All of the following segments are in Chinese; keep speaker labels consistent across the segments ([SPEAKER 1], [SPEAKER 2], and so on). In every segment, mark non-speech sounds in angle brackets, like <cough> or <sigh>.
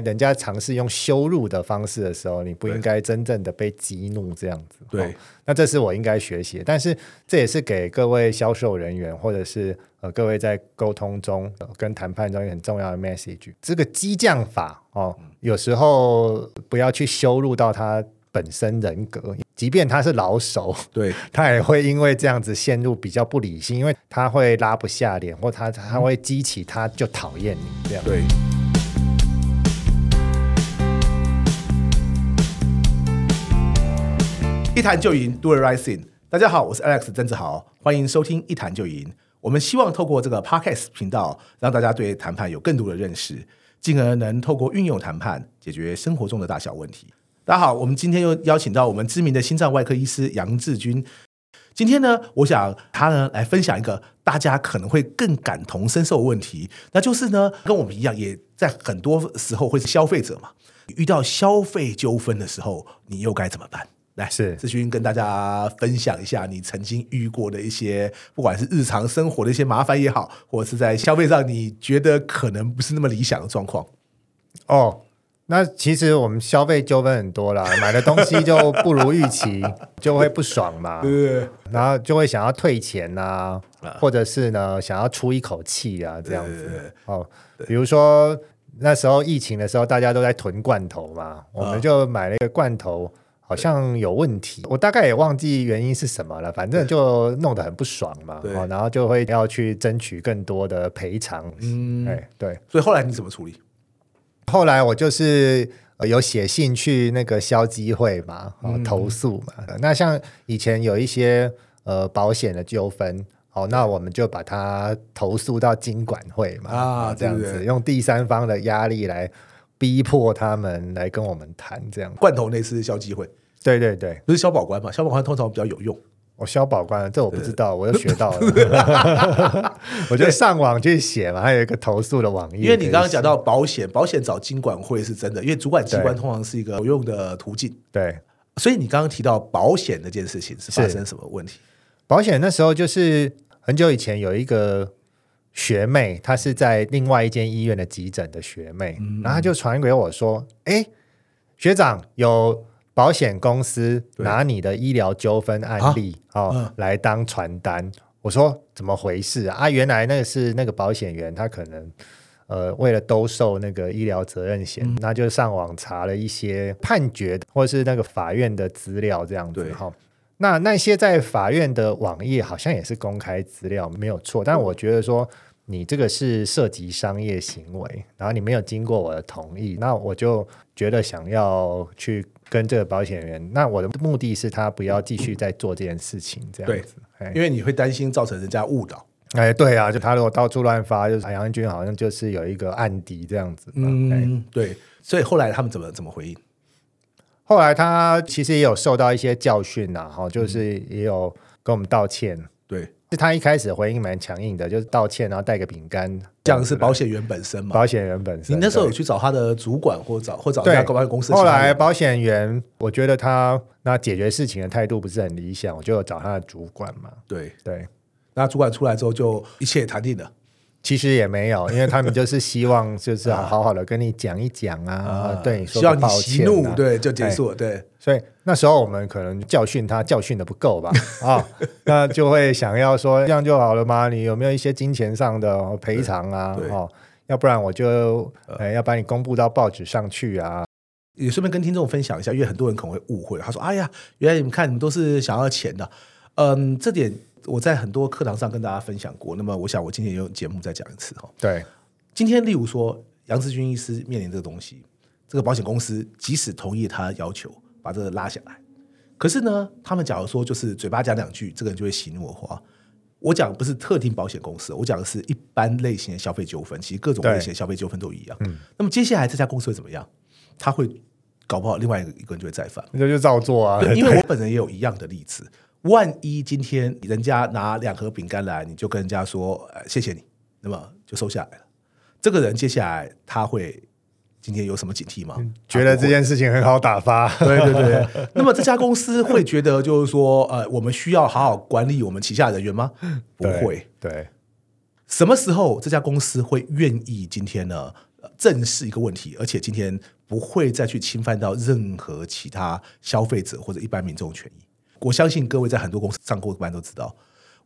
[SPEAKER 1] 人家尝试用羞辱的方式的时候，你不应该真正的被激怒这样子。
[SPEAKER 2] 对
[SPEAKER 1] 哦那这是我应该学习的，但是这也是给各位销售人员或者是呃各位在沟通中、呃跟谈判中一个很重要的 message。这个激将法哦，有时候不要去羞辱到他本身人格，即便他是老手， <laughs>
[SPEAKER 2] 对
[SPEAKER 1] 他也会因为这样子陷入比较不理性，因为他会拉不下脸，或他他会激起他就讨厌你这样。
[SPEAKER 2] 对，一谈就赢，Do the right thing。大家好，我是 Alex 曾志豪，欢迎收听《一谈就赢》。我们希望透过这个 Podcast 频道，让大家对谈判有更多的认识，进而能透过运用谈判解决生活中的大小问题。大家好，我们今天又邀请到我们知名的心脏外科医师杨志军今天呢，我想他呢来分享一个大家可能会更感同身受的问题，那就是呢，跟我们一样，也在很多时候会是消费者嘛，遇到消费纠纷的时候，你又该怎么办？来，
[SPEAKER 1] 是
[SPEAKER 2] 志勋跟大家分享一下你曾经遇过的一些，不管是日常生活的一些麻烦也好，或者是在消费上你觉得可能不是那么理想的状况。
[SPEAKER 1] 哦，那其实我们消费纠纷很多
[SPEAKER 2] <laughs>
[SPEAKER 1] 啦，买的东西就不如预期，就会不爽嘛，
[SPEAKER 2] 对
[SPEAKER 1] 然后就会想要退钱呐、或者是呢想要出一口气啊，这样
[SPEAKER 2] 啊对对
[SPEAKER 1] 子。哦，比如说那时候疫情的时候，大家都在囤罐头
[SPEAKER 2] 啊
[SPEAKER 1] 嘛，我们就买了一个罐头。好像有问题，我大概也忘记原因是什么了，反正就弄得很不爽嘛，
[SPEAKER 2] 对
[SPEAKER 1] 哦，然后就会要去争取更多的赔偿，嗯，哎，对，
[SPEAKER 2] 所以后来你怎么处理？
[SPEAKER 1] 后来我就是、呃有写信去那个消基会嘛，哦、
[SPEAKER 2] 嗯
[SPEAKER 1] 投诉嘛、呃那像以前有一些呃保险的纠纷，哦，那我们就把它投诉到经管会嘛，
[SPEAKER 2] 啊
[SPEAKER 1] 哦这样子
[SPEAKER 2] 对对对
[SPEAKER 1] 用第三方的压力来逼迫他们来跟我们谈，这样。
[SPEAKER 2] 罐头那次消机会，
[SPEAKER 1] 对对对，
[SPEAKER 2] 不是消保官嘛？消保官通常比较有用。
[SPEAKER 1] 我消保官这我不知道，我又学到
[SPEAKER 2] <laughs>
[SPEAKER 1] 了，我就上网去写嘛，还有一个投诉的网页，
[SPEAKER 2] 因为你刚刚讲到保险，保险找经管会是真的，因为主管机关
[SPEAKER 1] 对
[SPEAKER 2] 通常是一个有用的途径。
[SPEAKER 1] 对。
[SPEAKER 2] 所以你刚刚提到保险那件事情是发
[SPEAKER 1] 是
[SPEAKER 2] 生什么问题？
[SPEAKER 1] 保险那时候就是很久以前有一个学妹，她是在另外一间医院的急诊的学妹，
[SPEAKER 2] 嗯
[SPEAKER 1] 然后她就传给我说：“哎、学长有。”保险公司
[SPEAKER 2] 对
[SPEAKER 1] 拿你的医疗纠纷案例哦、
[SPEAKER 2] 嗯
[SPEAKER 1] 来当传单，我说怎么回事啊？啊原来那个是那个保险员他可能呃，为了兜售那个医疗责任
[SPEAKER 2] 嗯
[SPEAKER 1] 险，那就上网查了一些判决或是那个法院的资料，这样子
[SPEAKER 2] 对
[SPEAKER 1] 哈。那那些在法院的网页好像也是公开资料，没有错。
[SPEAKER 2] 嗯
[SPEAKER 1] 但我觉得说你这个是涉及商业行为，然后你没有经过我的同意，那我就觉得想要去跟这个保险员。那我的目的是他不要继续再做这件事情，这样
[SPEAKER 2] 对
[SPEAKER 1] 子。哎
[SPEAKER 2] 因为你会担心造成人家误导。
[SPEAKER 1] 哎，对啊，就他如果到处乱发，就是杨军好像就是有一个案底这样子嘛。哎
[SPEAKER 2] 嗯，对。所以后来他们怎么怎么回应？
[SPEAKER 1] 后来他其实也有受到一些教训呐、啊，哈，
[SPEAKER 2] 嗯
[SPEAKER 1] 就是也有跟我们道歉。
[SPEAKER 2] 对，
[SPEAKER 1] 是他一开始回应蛮强硬的，就是道歉，然后带个饼干，
[SPEAKER 2] 这样是保险员本身嘛？
[SPEAKER 1] 保险员本身。
[SPEAKER 2] 你那时候有
[SPEAKER 1] 对
[SPEAKER 2] 去找他的主管，或找或找
[SPEAKER 1] 对
[SPEAKER 2] 那家保险公司的
[SPEAKER 1] 后
[SPEAKER 2] 其他
[SPEAKER 1] 来
[SPEAKER 2] 人？
[SPEAKER 1] 保险员，我觉得他那解决事情的态度不是很理想，我就有找他的主管嘛。
[SPEAKER 2] 对，
[SPEAKER 1] 对，
[SPEAKER 2] 那主管出来之后就一切谈定了。
[SPEAKER 1] 其实也没有，因为他们就是希
[SPEAKER 2] <laughs>
[SPEAKER 1] 望就是
[SPEAKER 2] 啊
[SPEAKER 1] 好好的跟你讲一讲啊，对你说
[SPEAKER 2] 希望
[SPEAKER 1] 个
[SPEAKER 2] 你
[SPEAKER 1] 抱
[SPEAKER 2] 息
[SPEAKER 1] 歉、啊，
[SPEAKER 2] 怒，对，就结束了。对，
[SPEAKER 1] 所以那时候我们可能教训他，教训的不够
[SPEAKER 2] <laughs>
[SPEAKER 1] 吧，啊、那就会想要说这样就好了吗？你有没有一些金钱上的赔偿啊
[SPEAKER 2] 对？对呃
[SPEAKER 1] 哦，要不然我就、哎要把你公布到报纸上去啊。
[SPEAKER 2] 也顺便跟听众分享一下，因为很多人可能会误会，他说：“哎呀，原来你们看你们都是想要钱的。”嗯，这点我在很多课堂上跟大家分享过。那么，我想我今天也用节目再讲一次哦。
[SPEAKER 1] 对
[SPEAKER 2] 今天，例如说杨志军医师面临这个东西，这个保险公司即使同意他的要求，把这个拉下来，可是呢，他们假如说就是嘴巴讲两句，这个人就会息怒的话，我讲不是特定保险公司，我讲的是一般类型的消费纠纷，其实各种
[SPEAKER 1] 对
[SPEAKER 2] 类型的消费纠纷都一样。那么接下来这家公司会怎么样？他会搞不好另外一个一个人就会再犯。
[SPEAKER 1] 那就照做啊。
[SPEAKER 2] 对，因为我本人也有一样的例子。万一今天人家拿两盒饼干来，你就跟人家说、呃、谢谢你，那么就收下来了。这个人接下来他会今天有什么警惕吗？
[SPEAKER 1] 觉得这件事情很好打发，
[SPEAKER 2] 对对对。那么这家公司会觉得就是说，呃，我们需要好好管理我们旗下人员吗？
[SPEAKER 1] <laughs>
[SPEAKER 2] 不
[SPEAKER 1] 对
[SPEAKER 2] 会。
[SPEAKER 1] 对
[SPEAKER 2] 什么时候这家公司会愿意今天呢呃正视一个问题，而且今天不会再去侵犯到任何其他消费者或者一般民众的权益。我相信各位在很多公司上过班都知道，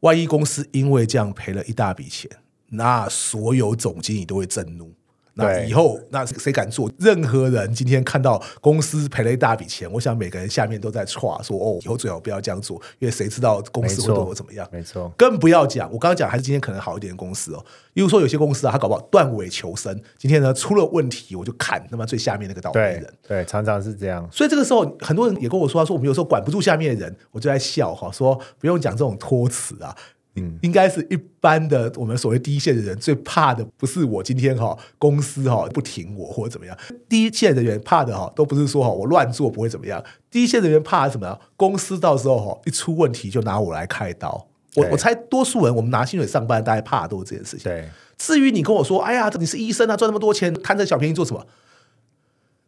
[SPEAKER 2] 万一公司因为这样赔了一大笔钱，那所有总经理都会震怒。那
[SPEAKER 1] 对
[SPEAKER 2] 以后，那谁敢做？任何人今天看到公司赔了一大笔钱，我想每个人下面都在歘说：“哦，以后最好不要这样做，因为谁知道公司会对我怎么样？”
[SPEAKER 1] 没错，
[SPEAKER 2] 更不要讲，我刚刚讲还是今天可能好一点的公司哦。例如说，有些公司啊，它搞不好断尾求生，今天呢出了问题，我就砍他妈最下面那个倒霉
[SPEAKER 1] 对
[SPEAKER 2] 人。
[SPEAKER 1] 对，常常是这样。
[SPEAKER 2] 所以这个时候，很多人也跟我说，他说我们有时候管不住下面的人，我就在笑哈，说不用讲这种托词啊。嗯，应该是一般的我们所谓第一线的人最怕的，不是我今天哈公司哈不停我或者怎么样。第一线人员怕的哈，都不是说哈我乱做不会怎么样。第一线人员怕的是什么呢？公司到时候哈一出问题就拿我来开刀。我
[SPEAKER 1] 对
[SPEAKER 2] 我猜多数人我们拿薪水上班，大家怕的都是这件事情。
[SPEAKER 1] 对，
[SPEAKER 2] 至于你跟我说，哎呀，你是医生啊，赚那么多钱，贪这小便宜做什么？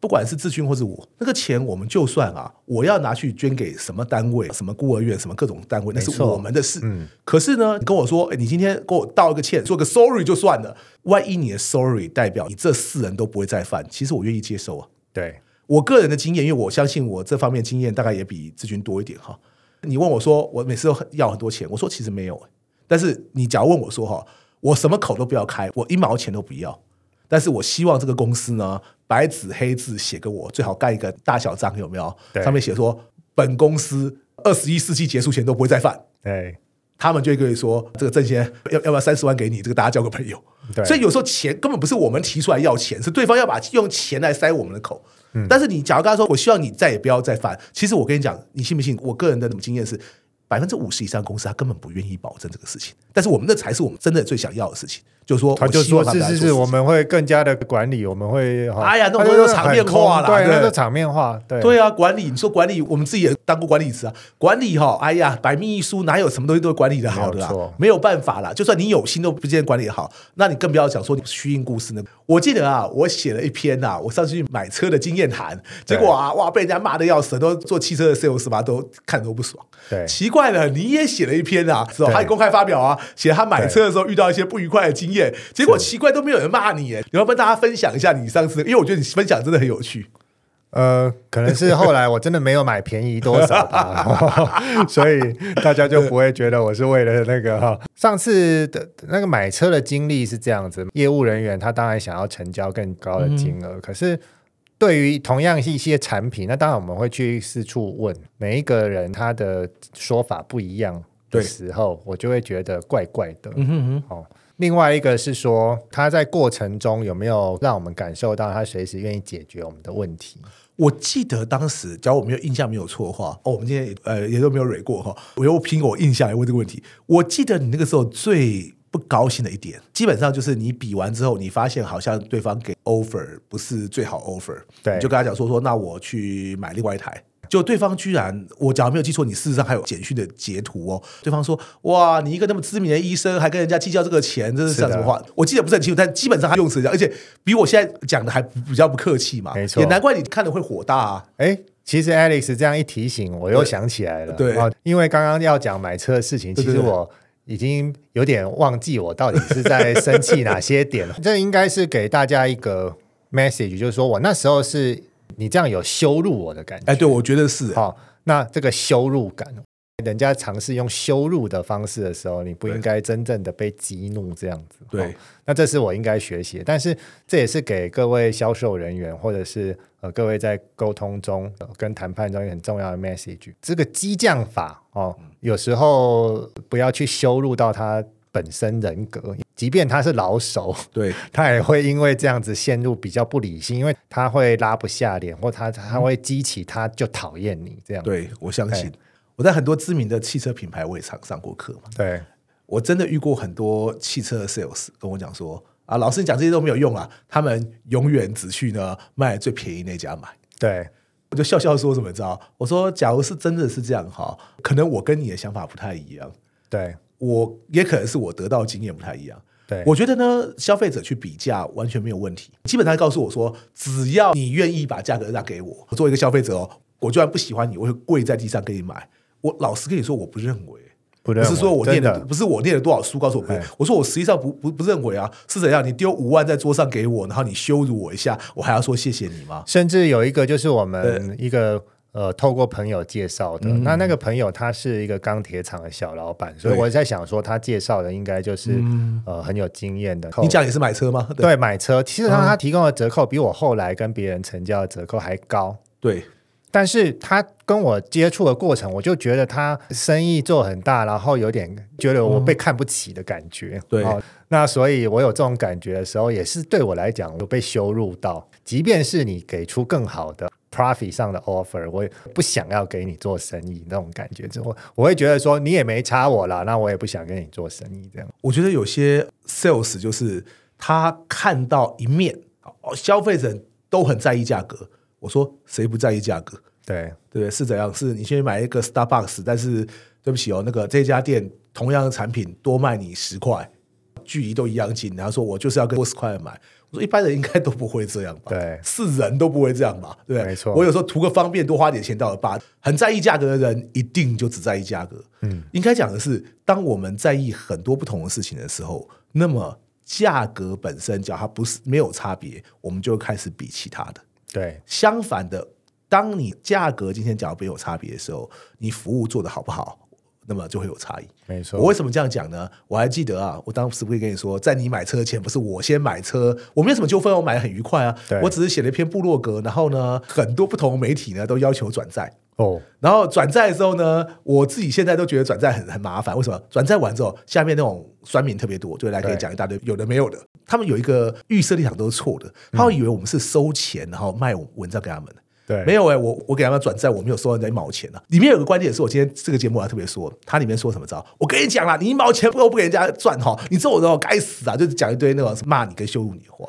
[SPEAKER 2] 不管是志军或是我，那个钱我们就算啊，我要拿去捐给什么单位、什么孤儿院、什么各种单位，那
[SPEAKER 1] 没
[SPEAKER 2] 是
[SPEAKER 1] 错
[SPEAKER 2] 我们的事。可是呢，你跟我说，哎，你今天给我道一个歉，做个 sorry 就算了。万一你的 sorry 代表你这四人都不会再犯，其实我愿意接受啊。
[SPEAKER 1] 对，
[SPEAKER 2] 我个人的经验，因为我相信我这方面经验大概也比志军多一点哈。你问我说我每次都很要很多钱，我说其实没有、欸但是你假如问我说哈，我什么口都不要开，我一毛钱都不要，但是我希望这个公司呢白纸黑字写给我，最好盖一个大小章有没有？
[SPEAKER 1] 对
[SPEAKER 2] 上面写说本公司二十一世纪结束前都不会再犯。
[SPEAKER 1] 对，
[SPEAKER 2] 他们就会跟你说，这个郑先要要不要三十万给你？这个大家交个朋友。
[SPEAKER 1] 对
[SPEAKER 2] 所以有时候钱根本不是我们提出来要钱，是对方要把用钱来塞我们的口。
[SPEAKER 1] 嗯
[SPEAKER 2] 但是你假如跟他说，我希望你再也不要再犯，其实我跟你讲，你信不信？我个人的经验是，百分之五十以上的公司他根本不愿意保证这个事情，但是我们那才是我们真的最想要的事情，就是说，
[SPEAKER 1] 他
[SPEAKER 2] 我
[SPEAKER 1] 就
[SPEAKER 2] 希望
[SPEAKER 1] 说
[SPEAKER 2] 他
[SPEAKER 1] 是
[SPEAKER 2] 们来
[SPEAKER 1] 是是，
[SPEAKER 2] 做事情
[SPEAKER 1] 我们会更加的管理，我们会。哈
[SPEAKER 2] 哎呀那种
[SPEAKER 1] 他
[SPEAKER 2] 东西
[SPEAKER 1] 就
[SPEAKER 2] 都
[SPEAKER 1] 是
[SPEAKER 2] 场
[SPEAKER 1] 很
[SPEAKER 2] 面化
[SPEAKER 1] 空
[SPEAKER 2] 啦
[SPEAKER 1] 对，那
[SPEAKER 2] 对
[SPEAKER 1] 都场面化，对
[SPEAKER 2] 对啊，管理，你说管理，我们自己也当过管理职啊。管理哈、哎呀，百密一疏，哪有什么东西都会管理的好的
[SPEAKER 1] 没有
[SPEAKER 2] 啦
[SPEAKER 1] 错？
[SPEAKER 2] 没有办法啦，就算你有心都不见得管理得好。那你更不要讲说你虚应故事呢。我记得啊，我写了一篇啊，我上次去买车的经验谈，结果啊，哇，被人家骂的要死，都做汽车的 sales 吧，都看着都不爽。
[SPEAKER 1] 对
[SPEAKER 2] 奇怪了，你也写了一篇啊，是吧？
[SPEAKER 1] 对
[SPEAKER 2] 他也公开发表啊，写他买车的时候遇到一些不愉快的经验，结果奇怪都没有人骂你耶。你要不要跟大家分享一下你上次？因为我觉得你分享真的很有趣。
[SPEAKER 1] 呃，可能是后来我真的没有买便宜多少 <laughs> 吧，所以大家就不会觉得我是为了那个哈。上次的那个买车的经历是这样子，业务人员他当然想要成交更高的金额，可是。对于同样是一些产品，那当然我们会去四处问每一个人他的说法不一样的
[SPEAKER 2] 对
[SPEAKER 1] 时候，我就会觉得怪怪的。
[SPEAKER 2] 嗯哼哼，
[SPEAKER 1] 哦，另外一个是说他在过程中有没有让我们感受到他随时愿意解决我们的问题。
[SPEAKER 2] 我记得当时，假如我没有印象没有错的话，哦，我们今天也呃也都没有蕊过哈，我又凭我印象来问这个问题。我记得你那个时候最不高兴的一点，基本上就是你比完之后，你发现好像对方给 offer 不是最好 offer，
[SPEAKER 1] 对
[SPEAKER 2] 你就跟他讲说说，那我去买另外一台。就对方居然，我假如没有记错，你事实上还有简讯的截图哦。对方说：“哇，你一个那么知名的医生，还跟人家计较这个钱，这是
[SPEAKER 1] 是的
[SPEAKER 2] 讲什么话？”我记得不是很清楚，但基本上他用词是这样，而且比我现在讲的还比较不客气嘛。
[SPEAKER 1] 没错
[SPEAKER 2] 啊也难怪你看了会火大啊。
[SPEAKER 1] 哎，其实 Alex 这样一提醒，我又想起来了。
[SPEAKER 2] 对
[SPEAKER 1] 哦，因为刚刚要讲买车的事情，
[SPEAKER 2] 对
[SPEAKER 1] 其
[SPEAKER 2] 对
[SPEAKER 1] 实
[SPEAKER 2] 对
[SPEAKER 1] 我已经有点忘记我到底是在生气哪些点
[SPEAKER 2] <laughs>
[SPEAKER 1] 了。这应该是给大家一个 message，就是说我那时候是你这样有羞辱我的感觉。
[SPEAKER 2] 哎，对，我觉得是。
[SPEAKER 1] 好、那这个羞辱感，人家尝试用羞辱的方式的时候，你不应该真正的被激怒这样子。
[SPEAKER 2] 对
[SPEAKER 1] 哦那这是我应该学习的，但是这也是给各位销售人员或者是呃各位在沟通中、呃跟谈判中一个很重要的 message。这个激将法哦，有时候不要去羞辱到他本身人格，即便他是老手， <laughs>
[SPEAKER 2] 对
[SPEAKER 1] 他也会因为这样子陷入比较不理性，因为他会拉不下脸，或他他会激起他就讨厌你这样。
[SPEAKER 2] 对，我相信
[SPEAKER 1] 哎。
[SPEAKER 2] 我在很多知名的汽车品牌我也上上过课嘛，
[SPEAKER 1] 对
[SPEAKER 2] 我真的遇过很多汽车的 sales 跟我讲说啊，老师你讲这些都没有用啊，他们永远只去呢卖最便宜那家买。
[SPEAKER 1] 对
[SPEAKER 2] 我就笑笑说什么，你知道？我说，假如是真的是这样哈，可能我跟你的想法不太一样，
[SPEAKER 1] 对
[SPEAKER 2] 我也可能是我得到经验不太一样。
[SPEAKER 1] 对，
[SPEAKER 2] 我觉得呢，消费者去比价完全没有问题。基本上告诉我说，只要你愿意把价格让给我，我作为一个消费者哦，我就算不喜欢你，我会跪在地上给你买。我老实跟你说，我不认为。
[SPEAKER 1] 不
[SPEAKER 2] 不
[SPEAKER 1] 认为
[SPEAKER 2] 是说我念
[SPEAKER 1] 真
[SPEAKER 2] 的
[SPEAKER 1] 的
[SPEAKER 2] 不是我念了多少书告诉我不
[SPEAKER 1] 哎
[SPEAKER 2] 我说我实际上不不不认为啊，是怎样？你丢五万在桌上给我，然后你羞辱我一下，我还要说谢谢你吗？
[SPEAKER 1] 甚至有一个就是我们一个呃，透过朋友介绍的。那那个朋友他是一个钢铁厂的小老板，所以
[SPEAKER 2] 嗯对嗯
[SPEAKER 1] 我在想说，他介绍的应该就是、呃很有经验的。
[SPEAKER 2] 你讲嗯也是买车吗？
[SPEAKER 1] 对买车，其实上他提供的折扣比我后来跟别人成交的折扣还高。
[SPEAKER 2] 对，
[SPEAKER 1] 但是他跟我接触的过程，我就觉得他生意做很大，然后有点觉得我被看不起的感觉。哦
[SPEAKER 2] 对
[SPEAKER 1] 那所以我有这种感觉的时候，也是对我来讲，我被羞辱到。即便是你给出更好的 profit 上的 offer，我也不想要给你做生意那种感觉，就我我会觉得说你也没差我啦，那我也不想跟你做生意这样。
[SPEAKER 2] 我觉得有些 sales 就是他看到一面，哦，消费者都很在意价格。我说谁不在意价格？
[SPEAKER 1] 对，
[SPEAKER 2] 对不对？是怎样？是你去买一个 Starbucks，但是对不起哦，那个这家店同样的产品多卖你十块，距离都一样近，然后说我就是要跟我十块买。我说一般人应该都不会这样吧？
[SPEAKER 1] 对
[SPEAKER 2] 是人都不会这样吧？对不对，
[SPEAKER 1] 没错
[SPEAKER 2] 我有时候图个方便，多花点钱到了吧。很在意价格的人，一定就只在意价格。嗯，应该讲的是，当我们在意很多不同的事情的时候，那么价格本身，只要它不是没有差别，我们就开始比其他的。
[SPEAKER 1] 对，
[SPEAKER 2] 相反的，当你价格今天讲没有差别的时候，你服务做得好不好，那么就会有差异。
[SPEAKER 1] 没错
[SPEAKER 2] 我为什么这样讲呢？我还记得啊，我当时不是跟你说，在你买车前不是我先买车，我没有什么纠纷，我买的很愉快啊
[SPEAKER 1] 对。
[SPEAKER 2] 我只是写了一篇部落格，然后呢，很多不同媒体呢都要求转载。
[SPEAKER 1] 哦，
[SPEAKER 2] 然后转载的时候呢，我自己现在都觉得转载很很麻烦。为什么？转载完之后，下面那种酸民特别多，就会来跟你
[SPEAKER 1] 对
[SPEAKER 2] 讲一大堆有的没有的。他们有一个预设立场都是错的，
[SPEAKER 1] 嗯
[SPEAKER 2] 他会以为我们是收钱然后卖文章给他们的。
[SPEAKER 1] 对，
[SPEAKER 2] 没有哎、我我给他们转载，我没有收到人家一毛钱啊。里面有个观点是我今天这个节目还特别说，它里面说什么招？我跟你讲啦，你一毛钱都不给人家赚哈，你这种人哦该死啊！就是讲一堆那种骂你跟羞辱你的话。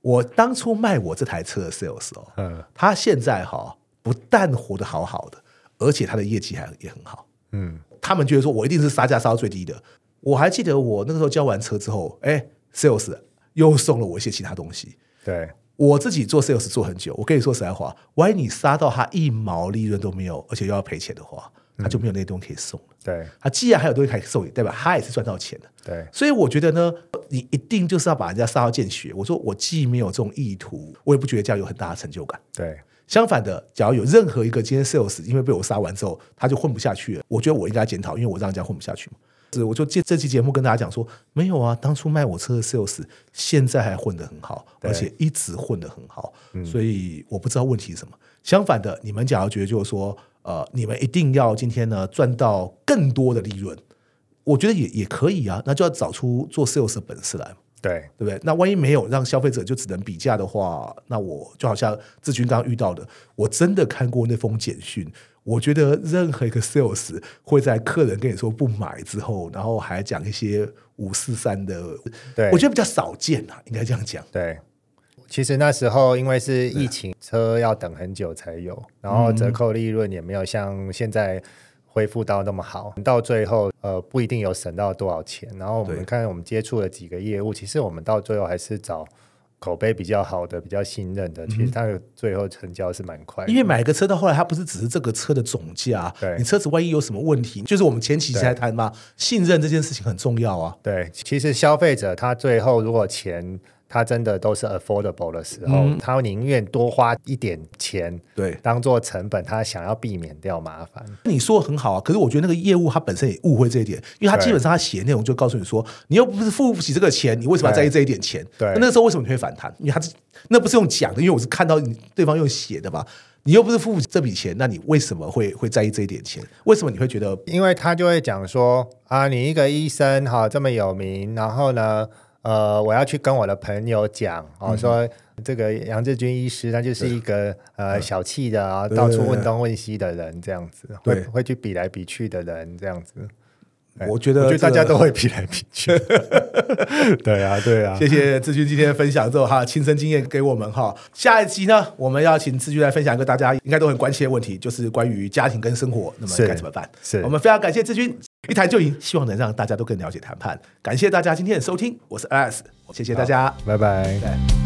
[SPEAKER 2] 我当初卖我这台车的 sales 哦，
[SPEAKER 1] 嗯
[SPEAKER 2] 他现在哈、不但活得好好的，而且他的业绩还也很好。
[SPEAKER 1] 嗯，
[SPEAKER 2] 他们觉得说我一定是杀价杀到最低的。我还记得我那个时候交完车之后，哎，sales 又送了我一些其他东西。
[SPEAKER 1] 对，
[SPEAKER 2] 我自己做 sales 做很久，我跟你说实在话，万一你杀到他一毛利润都没有，而且又要赔钱的话，他就没有那些东西可以送了。
[SPEAKER 1] 对，
[SPEAKER 2] 他既然还有东西可以送你，代表他也是赚到钱的。
[SPEAKER 1] 对，
[SPEAKER 2] 所以我觉得呢，你一定就是要把人家杀到见血。我说我既没有这种意图，我也不觉得这样有很大的成就感。
[SPEAKER 1] 对，
[SPEAKER 2] 相反的，假如有任何一个今天 sales 因为被我杀完之后，他就混不下去了，我觉得我应该检讨，因为我让人家混不下去嘛。是，我就借这期节目跟大家讲说，没有啊，当初卖我车的 sales 现在还混得很好，
[SPEAKER 1] 对
[SPEAKER 2] 而且一直混得很好，所以我不知道问题是什么。相反的，你们假如觉得就是说，呃，你们一定要今天呢赚到更多的利润，我觉得也也可以啊，那就要找出做 sales 的本事来嘛。
[SPEAKER 1] 对，
[SPEAKER 2] 对不对？那万一没有让消费者就只能比价的话，那我就好像志军刚刚遇到的，我真的看过那封简讯。我觉得任何一个 <laughs> sales 会在客人跟你说不买之后，然后还讲一些五四三的，
[SPEAKER 1] 对
[SPEAKER 2] 我觉得比较少见啊，应该这样讲。
[SPEAKER 1] 对，其实那时候因为是
[SPEAKER 2] 啊
[SPEAKER 1] 疫情，车要等很久才有，然后
[SPEAKER 2] 嗯
[SPEAKER 1] 折扣利润也没有像现在恢复到那么好，到最后呃不一定有省到多少钱。然后我们
[SPEAKER 2] 对
[SPEAKER 1] 看我们接触了几个业务，其实我们到最后还是找口碑比较好的、比较信任的，其实它的最后成交是蛮快的。
[SPEAKER 2] 嗯因为买一个车到后来，它不是只是这个车的总价啊
[SPEAKER 1] 对，
[SPEAKER 2] 你车子万一有什么问题，就是我们前期才谈嘛，信任这件事情很重要啊。
[SPEAKER 1] 对，其实消费者他最后如果钱他真的都是 affordable 的时候，
[SPEAKER 2] 嗯
[SPEAKER 1] 他宁愿多花一点钱，
[SPEAKER 2] 对
[SPEAKER 1] 当做成本，他想要避免掉麻烦。
[SPEAKER 2] 你说得很好啊，可是我觉得那个业务他本身也误会这一点，因为他
[SPEAKER 1] 对
[SPEAKER 2] 基本上他写的内容就告诉你说，你又不是付不起这个钱，你为什么要在意这一点钱？
[SPEAKER 1] 对
[SPEAKER 2] 那那个时候为什么你会反弹？因为他是那不是用讲的，因为我是看到你对方用写的嘛，你又不是付不起这笔钱，那你为什么会会在意这一点钱？为什么你会觉得
[SPEAKER 1] 因为他就会讲说啊，你一个医生哈、这么有名，然后呢，呃，我要去跟我的朋友讲
[SPEAKER 2] 嗯
[SPEAKER 1] 哦，说这个杨志军医师他就是一个
[SPEAKER 2] 嗯
[SPEAKER 1] 呃小气的啊，
[SPEAKER 2] 对
[SPEAKER 1] 到处问东问西的人，这样子，会
[SPEAKER 2] 对
[SPEAKER 1] 会去比来比去的人，这样子。哎
[SPEAKER 2] 我觉得
[SPEAKER 1] 我觉得大家
[SPEAKER 2] 这个
[SPEAKER 1] 都会比来比
[SPEAKER 2] <laughs>
[SPEAKER 1] 去。 <laughs> 对啊，对啊，
[SPEAKER 2] 谢谢志军今天分享之后他的亲身经验给我们哈。下一集呢，我们要请志军来分享一个大家应该都很关心的问题，就是关于家庭跟生活，那么
[SPEAKER 1] 是
[SPEAKER 2] 该怎么办？
[SPEAKER 1] 是
[SPEAKER 2] 我们非常感谢志军一谈就赢，希望能让大家都更了解谈判。感谢大家今天的收听，我是 Alex，谢谢大家。
[SPEAKER 1] 拜拜。
[SPEAKER 2] 对